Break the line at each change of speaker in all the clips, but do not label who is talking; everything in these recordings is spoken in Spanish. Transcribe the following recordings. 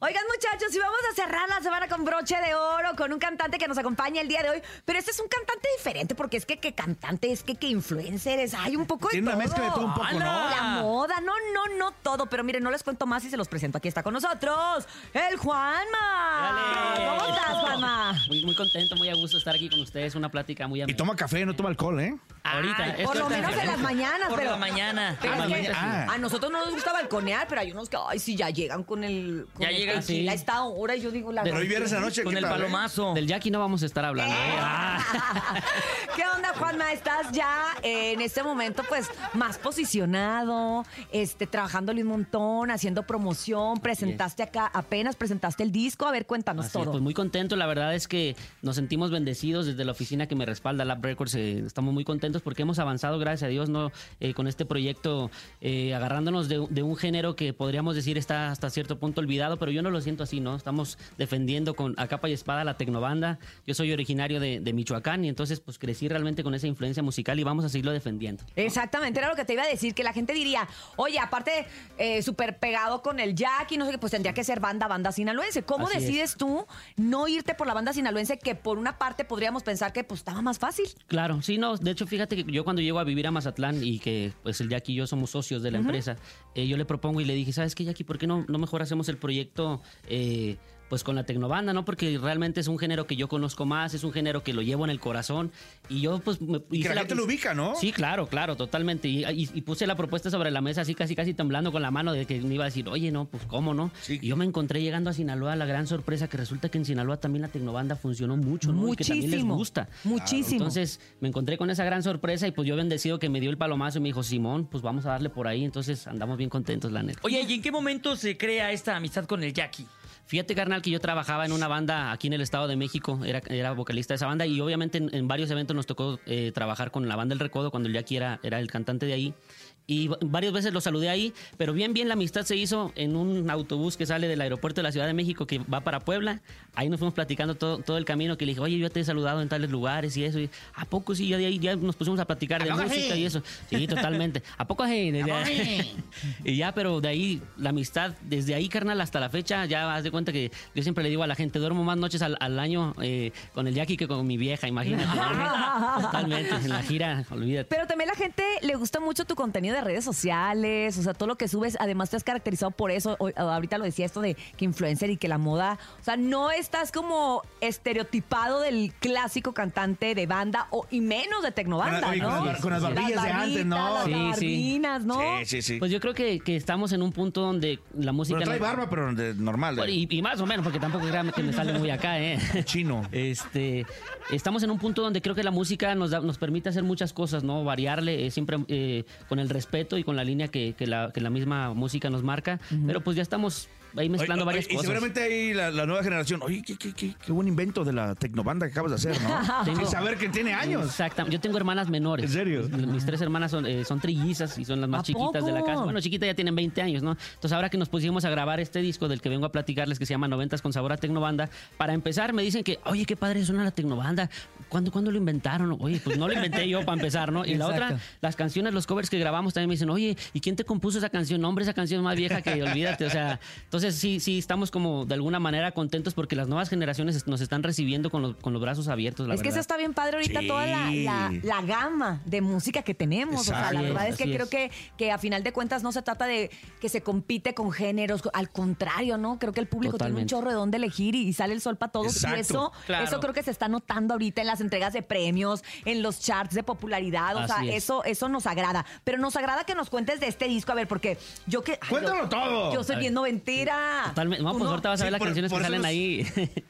Oigan, muchachos, y vamos a cerrar la semana con broche de oro, con un cantante que nos acompaña el día de hoy. Pero este es un cantante diferente, porque es que qué cantante, es que qué influencer es. Hay un poco de
Tiene una
todo.
mezcla de todo un poco, ¿no?
La moda, no, no, no todo. Pero miren, no les cuento más y se los presento. Aquí está con nosotros el Juanma.
Dale.
¿Cómo estás, Juanma?
Muy, muy contento, muy a gusto estar aquí con ustedes. Una plática muy
Y
amena.
toma café, no toma alcohol, ¿eh?
Ahorita. es que
Por lo
ahorita-
menos en las mañanas.
Por
pero-
la mañana.
Pero
Ah,
es que
mañana, ah.
A nosotros no nos gusta balconear, pero hay unos que, ay, sí, ya llegan con el. Con
Ya
el
llegan,
tequila a
sí.
esta hora. Y yo digo, la
Pero
Pero hoy
verdad.
viernes anoche.
Con
¿qué
el
tal, eh?
palomazo.
Del Jackie no vamos a estar hablando. ¿eh? Ah.
¿Qué onda, Juanma? Estás ya eh, en este momento, pues, más posicionado, este, trabajándole un montón, haciendo promoción, presentaste acá, apenas presentaste el disco. A ver, cuéntanos
Así es,
todo.
pues muy contento, la verdad es que nos sentimos bendecidos desde la oficina que me respalda, Lab Records, eh, estamos muy contentos porque hemos avanzado, gracias a Dios, ¿no? Eh, con este proyecto, eh, agarrándonos de, de un género que podríamos decir está hasta cierto punto olvidado, pero yo no lo siento así, ¿no? Estamos defendiendo con a capa y espada la tecnobanda, yo soy originario de, de Michoacán y entonces pues crecí realmente con esa influencia musical y vamos a seguirlo defendiendo.
Exactamente, era lo que te iba a decir, que la gente diría, oye, aparte, eh, súper pegado con el jack y no sé qué, pues tendría que ser banda, banda sinaloense. ¿Cómo
Así es.
decides tú no irte por la banda sinaloense que por una parte podríamos pensar que pues estaba más fácil?
Claro, sí, no. De hecho, fíjate que yo cuando llego a vivir a Mazatlán y que pues el Jackie y yo somos socios de la empresa, eh, yo le propongo y le dije, ¿sabes qué, Jackie? ¿Por qué no, no mejor hacemos el proyecto eh, pues con la tecnobanda, no? Porque realmente es un género que yo conozco más, es un género que lo llevo en el corazón y yo pues me
Y
hice
que la gente lo ubica, ¿no?
Sí, claro, claro, totalmente. Y, y- y puse la propuesta sobre la mesa así casi casi temblando con la mano de que me iba a decir, oye, no, pues cómo no.
Sí.
Y yo me encontré llegando a Sinaloa la gran sorpresa que resulta que en Sinaloa también la tecnobanda funcionó mucho, ¿no? Y que también les gusta.
Muchísimo.
Entonces me encontré con esa gran sorpresa y pues yo bendecido que me dio el palomazo y me dijo, Simón, pues vamos a darle por ahí. Entonces andamos bien contentos, la neta.
Oye, ¿y en qué momento se crea esta amistad con el Jackie?
Fíjate, carnal, que yo trabajaba en una banda aquí en el Estado de México, era, era vocalista de esa banda y obviamente en, en varios eventos nos tocó eh, trabajar con la banda El Recodo cuando el Jackie era, era el cantante de ahí. Y va- varias veces lo saludé ahí, pero bien, bien la amistad se hizo en un autobús que sale del aeropuerto de la Ciudad de México que va para Puebla. Ahí nos fuimos platicando todo, todo el camino que le dije, oye, yo te he saludado en tales lugares y eso. Y, ¿A poco sí? Ya de ahí ya nos pusimos a platicar de
poco
música
sí?
y eso. Sí, totalmente. ¿A poco sí?
sí?
Y ya, pero de ahí, la amistad, desde ahí, carnal, hasta la fecha, ya haz de cuenta que yo siempre le digo a la gente, duermo más noches al, al año eh, con el Jackie que con mi vieja, imagínate. Totalmente, en la gira, olvídate.
Pero también la gente le gusta mucho tu contenido de redes sociales, o sea, todo lo que subes. Además, te has caracterizado por eso. Hoy- ahorita lo decía esto de que influencer y que la moda. O sea, no estás como estereotipado del clásico cantante de banda o y menos de tecnobanda,
Con la-
¿no?
con las- con las
Las
barbillas de antes, ¿no?
barbitas, Las
Sí, sí.
barbinas, ¿no?
Sí, sí, sí.
Pues yo creo que, que estamos en un punto donde la música...
Pero trae
no-
barba, pero de- normal. de-
Y, y más o menos, porque tampoco créame que me sale muy acá, ¿eh?
Chino.
Este, estamos en un punto donde creo que la música nos, da- nos permite hacer muchas cosas, ¿no? Variarle, eh, siempre eh, con el respeto y con la línea que, que la, que la misma música nos marca. Pero pues ya estamos ahí mezclando
Oye,
varias
oye, Y
cosas.
seguramente ahí la, la nueva generación. Oye, qué, qué, qué, qué buen invento de la tecnobanda que acabas de hacer, ¿no?
Tengo-
Sin saber que tiene años.
Exactamente. Yo tengo hermanas menores.
¿En serio?
Mis, mis tres hermanas son, eh, son trillizas y son las
¿A
más chiquitas de la
poco?
casa. Bueno, chiquitas ya tienen 20 años, ¿no? Entonces, ahora que nos pusimos a grabar este disco del que vengo a platicarles, que se llama Noventas con Sabor a Tecnobanda, para empezar me dicen que, oye, qué padre suena la Tecnobanda. ¿Cuándo, ¿Cuándo lo inventaron? Oye, pues no lo inventé yo para empezar, ¿no? Y la otra, las canciones, los covers que grabamos también me dicen, oye, ¿y quién te compuso esa canción? No, hombre, esa canción es más vieja que olvídate. O sea, entonces sí, sí, estamos como de alguna manera contentos porque las nuevas generaciones nos están recibiendo con los, con los brazos abiertos, la
es que eso
verdad.
está bien padre ahorita
Sí.
toda la, la- la gama de música que tenemos. O sea, la
Exacto.
verdad es que
Así es.
creo que, que a final de cuentas no se trata de que se compite con géneros, al contrario, ¿no? Creo que el público tiene
Totalmente.
un chorro de dónde elegir y, y sale el sol para todos. y
Exacto.
eso,
Claro.
eso creo que se está notando ahorita en las entregas de premios, en los charts de popularidad. O
Así
sea,
es.
eso, eso nos agrada. Pero nos agrada que nos cuentes de este disco. A ver, porque yo que. ay, yo-
Cuéntalo todo.
Yo soy
A ver.
viendo mentira.
Totalmente. No,
Tú
pues
no.
ahorita vas a
Sí,
ver las
por-
canciones
por
que
eso
salen
nos-
ahí.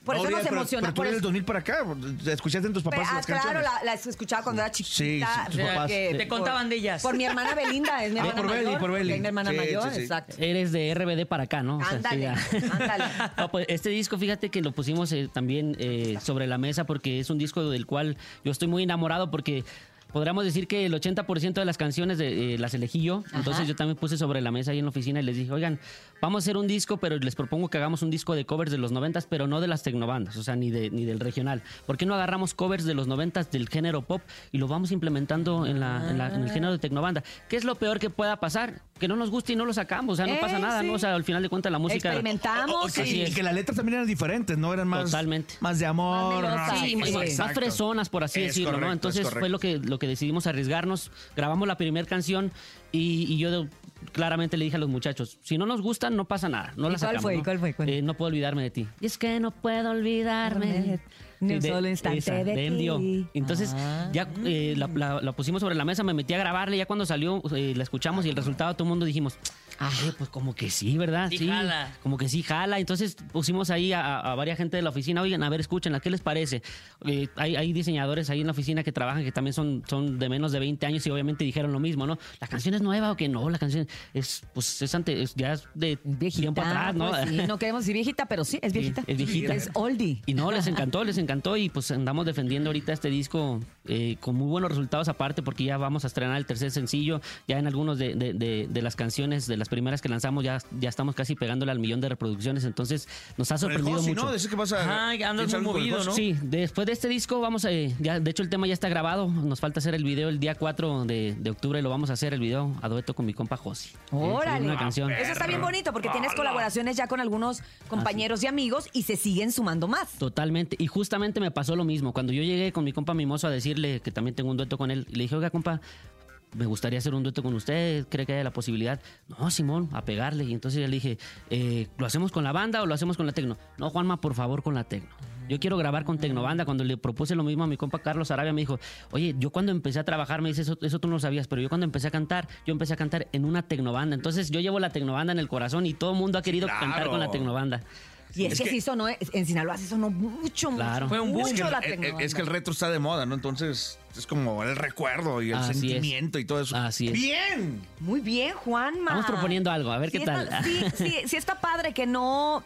Por eso
Diego,
nos
pero-
emociona.
Pero tú
por
eres del
eso-
2000 para acá. Escuchaste en tus papás
ah,
las
claro,
canciones.
la, las escuchaba cuando era chiquita.
Sí, sí, sus
O sea,
papás.
que
Te contaban de ellas.
Por mi hermana Belinda, es mi
Ah,
hermana
por
mayor.
Beli, por Beli.
Es mi hermana
Sí,
mayor,
sí, sí.
exacto.
Eres de RBD para acá, ¿no? O sea, sí,
Ándale,
ya.
ándale.
No, pues, este disco, fíjate que lo pusimos eh, también eh, sobre la mesa porque es un disco del cual yo estoy muy enamorado porque podríamos decir que el 80% de las canciones de, eh, las elegí yo. Entonces yo también puse sobre la mesa ahí en la oficina y les dije, oigan, vamos a hacer un disco, pero les propongo que hagamos un disco de covers de los 90, pero no de las tecnobandas, o sea, ni, de, ni del regional. ¿Por qué no agarramos covers de los 90 del género pop y lo vamos implementando en, la- en la- en el género de tecnobanda? ¿Qué es lo peor que pueda pasar? que no nos gusta y no lo sacamos, o sea, no
Eh,
pasa nada,
sí.
¿no? O sea, al final de cuentas la música...
Experimentamos.
O- o-
Así
y,
es.
y Oh, que las letras también eran diferentes, ¿no? Eran más.
Totalmente.
Más de amor.
Más melosas.
Sí,
Ah,
más- más
exacto.
fresonas, por así
Es
decirlo,
correcto,
¿no?
es
Entonces fue
correcto.
lo que, lo que decidimos arriesgarnos. Grabamos la primera canción y, y yo de- claramente le dije a los muchachos, si no nos gustan, no pasa nada.
¿Y
No la
cuál
sacamos,
fue? ¿Y
¿no?
cuál fue? ¿Cuál?
Eh, no puedo olvidarme de ti. Y es que no puedo olvidarme.
Ni
Sí,
un solo instante de ti.
MDO. Entonces
Ah.
ya eh, la, la- la pusimos sobre la mesa, me metí a grabarla y ya cuando salió eh, la escuchamos y el resultado todo el mundo dijimos, ah, pues como que sí, ¿verdad?
Sí jala.
como que sí jala. Entonces pusimos ahí a, a varias gente de la oficina, oigan, a ver, escúchenla, ¿qué les parece? Eh, hay, hay diseñadores ahí en la oficina que trabajan que también son, son de menos de 20 años y obviamente dijeron lo mismo, ¿no? ¿La canción es nueva o que no? La canción es, pues, es, ante, es ya es de
Viejita.
tiempo atrás, ¿no?
pues sí, no queremos decir viejita, pero sí, es viejita.
es viejita.
Es oldie.
Y no, les encantó, les encantó y pues andamos defendiendo ahorita este disco eh, con muy buenos resultados aparte porque ya vamos a estrenar el tercer sencillo, ya en algunos de, de- de- de las canciones, de las primeras que lanzamos, ya, ya estamos casi pegándole al millón de reproducciones, entonces nos
Con
ha
el
sorprendido
Josi,
mucho.
¿no? Decís que vas a.
Ajá, andas
tienes
muy
algo con el
movido,
Josi.
¿no?
Sí, después de este disco vamos a... eh, ya, de hecho, el tema ya está grabado. Nos falta hacer el video el día 4 de, de octubre. Lo vamos a hacer el video a dueto con mi compa Josi. Eh,
Órale.
Una canción.
Eso está bien bonito porque tienes colaboraciones ya con algunos compañeros y amigos y se siguen sumando más.
Totalmente. Y justamente me pasó lo mismo. Cuando yo llegué con mi compa Mimoso a decirle que también tengo un dueto con él, y le dije, oiga, compa, me gustaría hacer un dueto con usted. ¿Cree que hay la posibilidad? No, Simón, a pegarle. Y entonces yo le dije, "Eh, ¿lo hacemos con la banda o lo hacemos con la tecno? No, Juanma, por favor, con la tecno. Yo quiero grabar con Tecnobanda. Cuando le propuse lo mismo a mi compa Carlos Arabia, me dijo, oye, yo cuando empecé a trabajar, me dice, eso, eso tú no lo sabías, pero yo cuando empecé a cantar, yo empecé a cantar en una Tecnobanda. Entonces yo llevo la Tecnobanda en el corazón y todo el mundo ha querido
Claro.
cantar con la Tecnobanda.
Y es,
Es
que,
que-
sí sonó, en Sinaloa sí sonó mucho, mucho,
Claro.
Fue un boom.
mucho la
Es que el-
tecnobanda.
Eh, es que el retro está de moda, ¿no? Entonces es como el recuerdo y el
Así es.
sentimiento y todo eso.
Así es.
Bien.
Muy bien, Juanma.
Vamos proponiendo algo, a ver
Sí
qué
está-
tal.
sí, sí, sí está padre que no...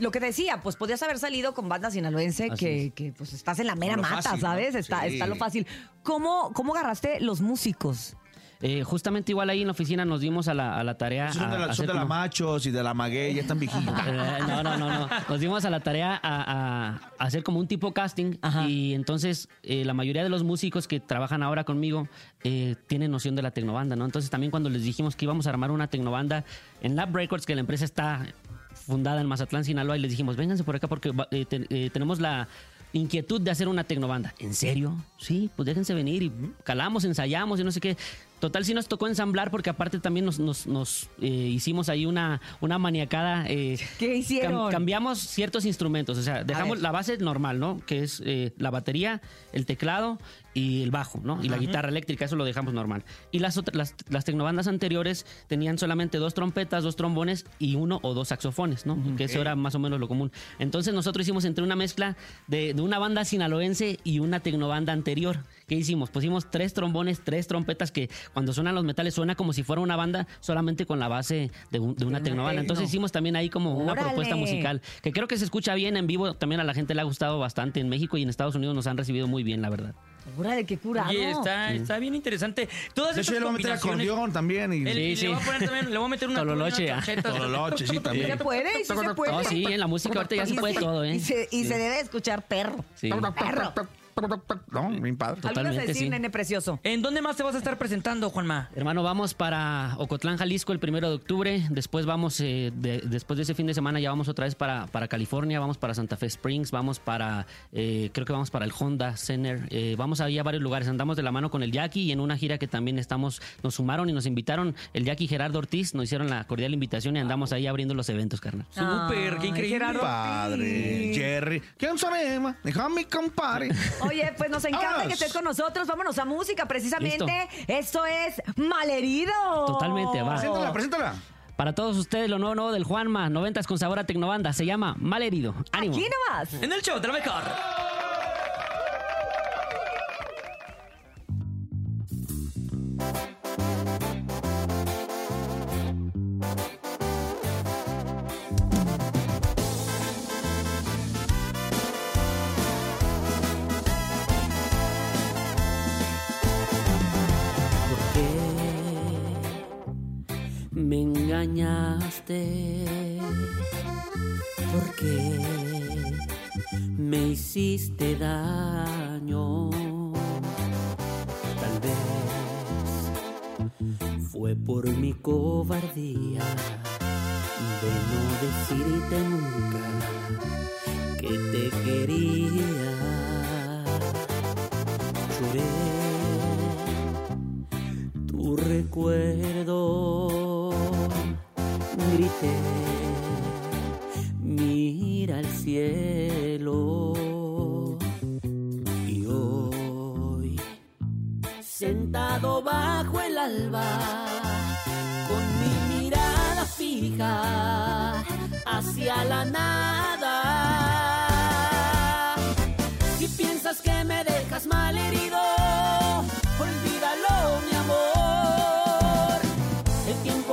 Lo que te decía, pues podías haber salido con banda sinaloense
Así
que,
es.
que, pues estás en la mera
Lo
mata,
fácil, ¿no?
¿sabes? Está,
Sí.
está lo fácil. ¿Cómo, ¿Cómo agarraste los músicos?
Eh, justamente igual ahí en la oficina nos dimos a la, a la tarea.
Son de
a- a
la, son
hacer
de la
Ah, como-
machos y de la maguey, ya están viejitas.
Eh, No, no, no, no. Nos dimos a la tarea a, a- a hacer como un tipo casting.
Ajá.
Y entonces eh, la mayoría de los músicos que trabajan ahora conmigo eh, tienen noción de la tecnobanda, ¿no? Entonces también cuando les dijimos que íbamos a armar una tecnobanda en Lab Records, que la empresa está fundada en Mazatlán, Sinaloa, y les dijimos, vénganse por acá porque va- eh, te- eh, tenemos la inquietud de hacer una tecnobanda. ¿En serio? Sí, pues déjense venir y calamos, ensayamos y no sé qué. Total, sí nos tocó ensamblar porque aparte también nos, nos- nos, eh, hicimos ahí una, una maniacada. eh,
¿Qué hicieron?
cam- cambiamos ciertos instrumentos, o sea, dejamos la base normal, ¿no? Que es eh, la batería, el teclado y el bajo, ¿no? Y la guitarra eléctrica, eso lo dejamos normal. Y las, otra- las, las tecnobandas anteriores tenían solamente dos trompetas, dos trombones y uno o dos saxofones, ¿no? Que eso era más o menos lo común. Entonces nosotros hicimos entre una mezcla de, de una banda sinaloense y una tecnobanda anterior. ¿Qué hicimos? Pusimos tres trombones, tres trompetas que cuando suenan los metales suena como si fuera una banda solamente con la base de, un- de una tecnobanda. Entonces hicimos también ahí como una
Órale.
propuesta musical que creo que se escucha bien en vivo. También a la gente le ha gustado bastante en México y en Estados Unidos nos han recibido muy bien, la verdad.
Órale, qué curado.
Oye, está, está bien interesante. Todas
De hecho,
estas
yo le voy a meter
combinaciones-
acordeón también. Y,
El- y
Sí,
Le voy a
sí.
poner también, le voy a meter una
Tololoche,
una
ah.
trompeta.
Tololoche, sí, también.
Se puede, y sí se puede.
No, sí, en la música ahorita ya se
Y
puede
se-
todo, ¿eh?
Y, se, y se debe escuchar perro.
Sí.
Perro.
No, bien
Algo ibas
padre.
a
Totalmente,
decir,
sí.
nene precioso.
¿En dónde más te vas a estar presentando, Juanma?
Hermano, vamos para Ocotlán, Jalisco, el primero de octubre. Después vamos, eh, de- después de ese fin de semana, ya vamos otra vez para, para California, vamos para Santa Fe Springs, vamos para, eh, creo que vamos para el Honda Center. eh, vamos ahí a varios lugares. Andamos de la mano con el Jackie y en una gira que también estamos, nos sumaron y nos invitaron el Jackie y Gerardo Ortiz, nos hicieron la cordial invitación y andamos ahí abriendo los eventos, carnal.
Súper, qué
Ay,
increíble.
Gerardo.
Padre, Jerry. ¿Quién sabe, Emma? Déjame compare.
Oye, pues nos encanta
Vámonos.
que estés con nosotros. Vámonos a música, precisamente. Esto es Malherido.
Totalmente, va.
Preséntala, preséntala.
Para todos ustedes, lo nuevo, nuevo del Juanma, noventas con sabor a tecnobanda, se llama Malherido. ¡Ánimo!
Aquí nomás.
En el show de la mejor.
¿Por qué me engañaste? ¿Por qué me hiciste daño? Tal vez
Fue por mi cobardía de no decirte nunca que te quería. Lloré tu recuerdo, grité, mira al cielo. Y hoy sentado bajo el alba, con mi mirada fija hacia la nada. Si piensas que me dejas mal herido, olvídalo, mi amor. El tiempo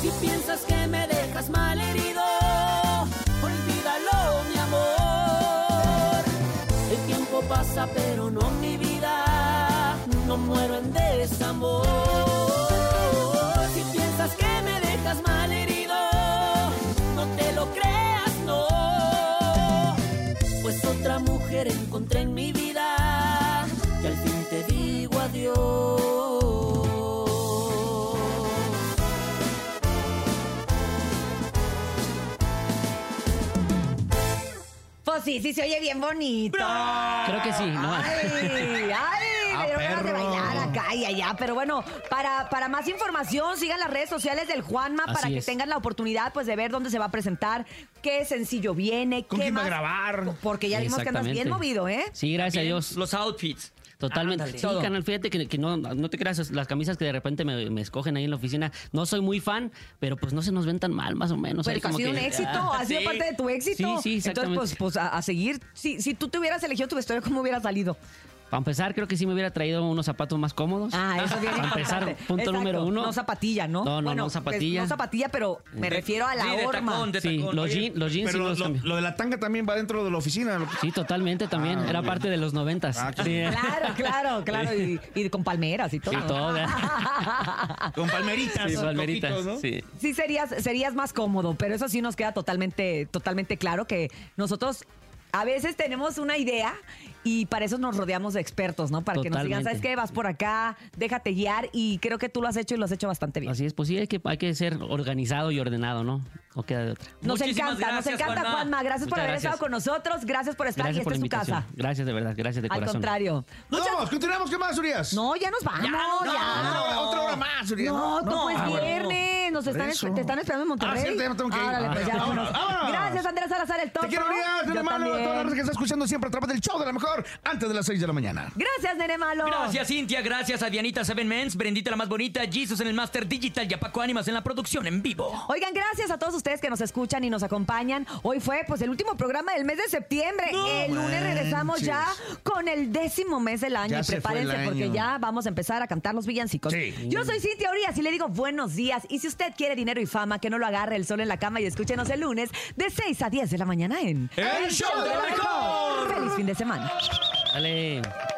Si piensas que me dejas mal herido, olvídalo, mi amor. El tiempo pasa, pero no mi vida. No muero en desamor. Si piensas que me dejas mal herido, no te lo creas, no. Pues otra mujer encontré en mi vida. Y al fin te digo adiós.
Pues sí, sí se oye bien bonito.
Creo que sí, ¿no?
Ay, ay, me
Ah,
dieron ganas de
perro.
bailar acá y allá. Pero bueno, para, para más información, sigan las redes sociales del Juanma
Así
para que
es.
tengan la oportunidad pues de ver dónde se va a presentar, qué sencillo viene,
¿Con
qué
quién va a
más-
grabar?
Porque ya vimos que andas bien
Exactamente.
movido, ¿eh?
Sí, gracias a
Bien,
Dios.
Los outfits. Ah,
Totalmente.
Ándale.
sí,
Todo.
canal, fíjate que, que no, no te creas las camisas que de repente me, me escogen ahí en la oficina. No soy muy fan, pero pues no se nos ven tan mal, más o menos.
Pero
Ahí
que Pues ha
como
sido
que-
un éxito,
Ah,
ha sido
sí.
parte de tu éxito.
Sí, sí,
Entonces,
exactamente.
pues, pues a, a seguir. Si, si tú te hubieras elegido tu vestuario, ¿cómo hubiera salido?
Para empezar, creo que sí me hubiera traído unos zapatos más cómodos.
Ah, eso es bien
Para empezar,
importante.
punto
Exacto.
número uno.
No zapatilla, ¿no?
No, no,
Bueno,
no zapatilla.
pues, no zapatilla, pero me
De-
refiero a la
sí, de
horma.
tacón, de
sí,
tacón.
los,
Oye,
jeans- los jeans sí
Pero lo,
los
lo-
cambio.
lo de la tanga también va dentro de la oficina. lo-
Sí, totalmente también.
Ah,
Era
muy
parte de los noventas. Sí.
Claro, claro, claro. Y, y con palmeras y todo.
Y todo.
Con palmeritas.
Sí,
con
palmeritas,
coquitos, ¿no?
sí.
Sí serías, serías más cómodo, pero eso sí nos queda totalmente, totalmente claro que nosotros a veces tenemos una idea y para eso nos rodeamos de expertos, ¿no? Para que nos digan,
Totalmente.
¿sabes qué? Vas por acá, déjate guiar y creo que tú lo has hecho y lo has hecho bastante bien.
Así es, pues sí, hay que, hay que ser organizado y ordenado, ¿no? No queda de otra.
Nos
Muchísimas
encanta, nos
gracias,
encanta Juanma.
Juanma.
Gracias por
Muchas
haber
gracias.
estado con nosotros, gracias por estar
Gracias
y
por
esta
la
es tu
invitación.
casa.
Gracias de verdad, gracias de
Al
corazón.
contrario.
Nos
Muchas-
vamos, continuamos. ¿Qué más, Urias?
No, ya nos vamos, ya.
no,
Otra hora- Otra hora más, Urias.
No, no, es
ah, bueno.
viernes. Nos
Por
están,
eso.
te están esperando en Monterrey.
Ah, cierto, ya me tengo que ir.
Órale, pues ya, vámonos.
Vámonos, vámonos.
Gracias, Andrés Salazar, el topo.
Te quiero, Urias,
Yo
nene malo. A toda la
también.
gente que está escuchando siempre a través del show de la mejor, antes de las 6 de la mañana.
Gracias, nene malo.
Gracias, Cintia. Gracias a Dianita Seven Mens, Brendita la más bonita, Jesus en el Master Digital y a Paco Ánimas en la producción en vivo.
Oigan, gracias a todos ustedes que nos escuchan y nos acompañan. Hoy fue pues el último programa del mes de septiembre. el lunes regresamos ya con el décimo mes del año.
Ya
Y
se fue el
prepárense porque
año.
ya vamos a empezar a cantar los villancicos.
Sí.
Yo soy Cintia Urias y le digo buenos días. Y si usted quiere dinero y fama, que no lo agarre el sol en la cama y escúchenos el lunes de 6 a 10 de la mañana en
¡El show de la mejor!
Feliz fin de semana.
Dale.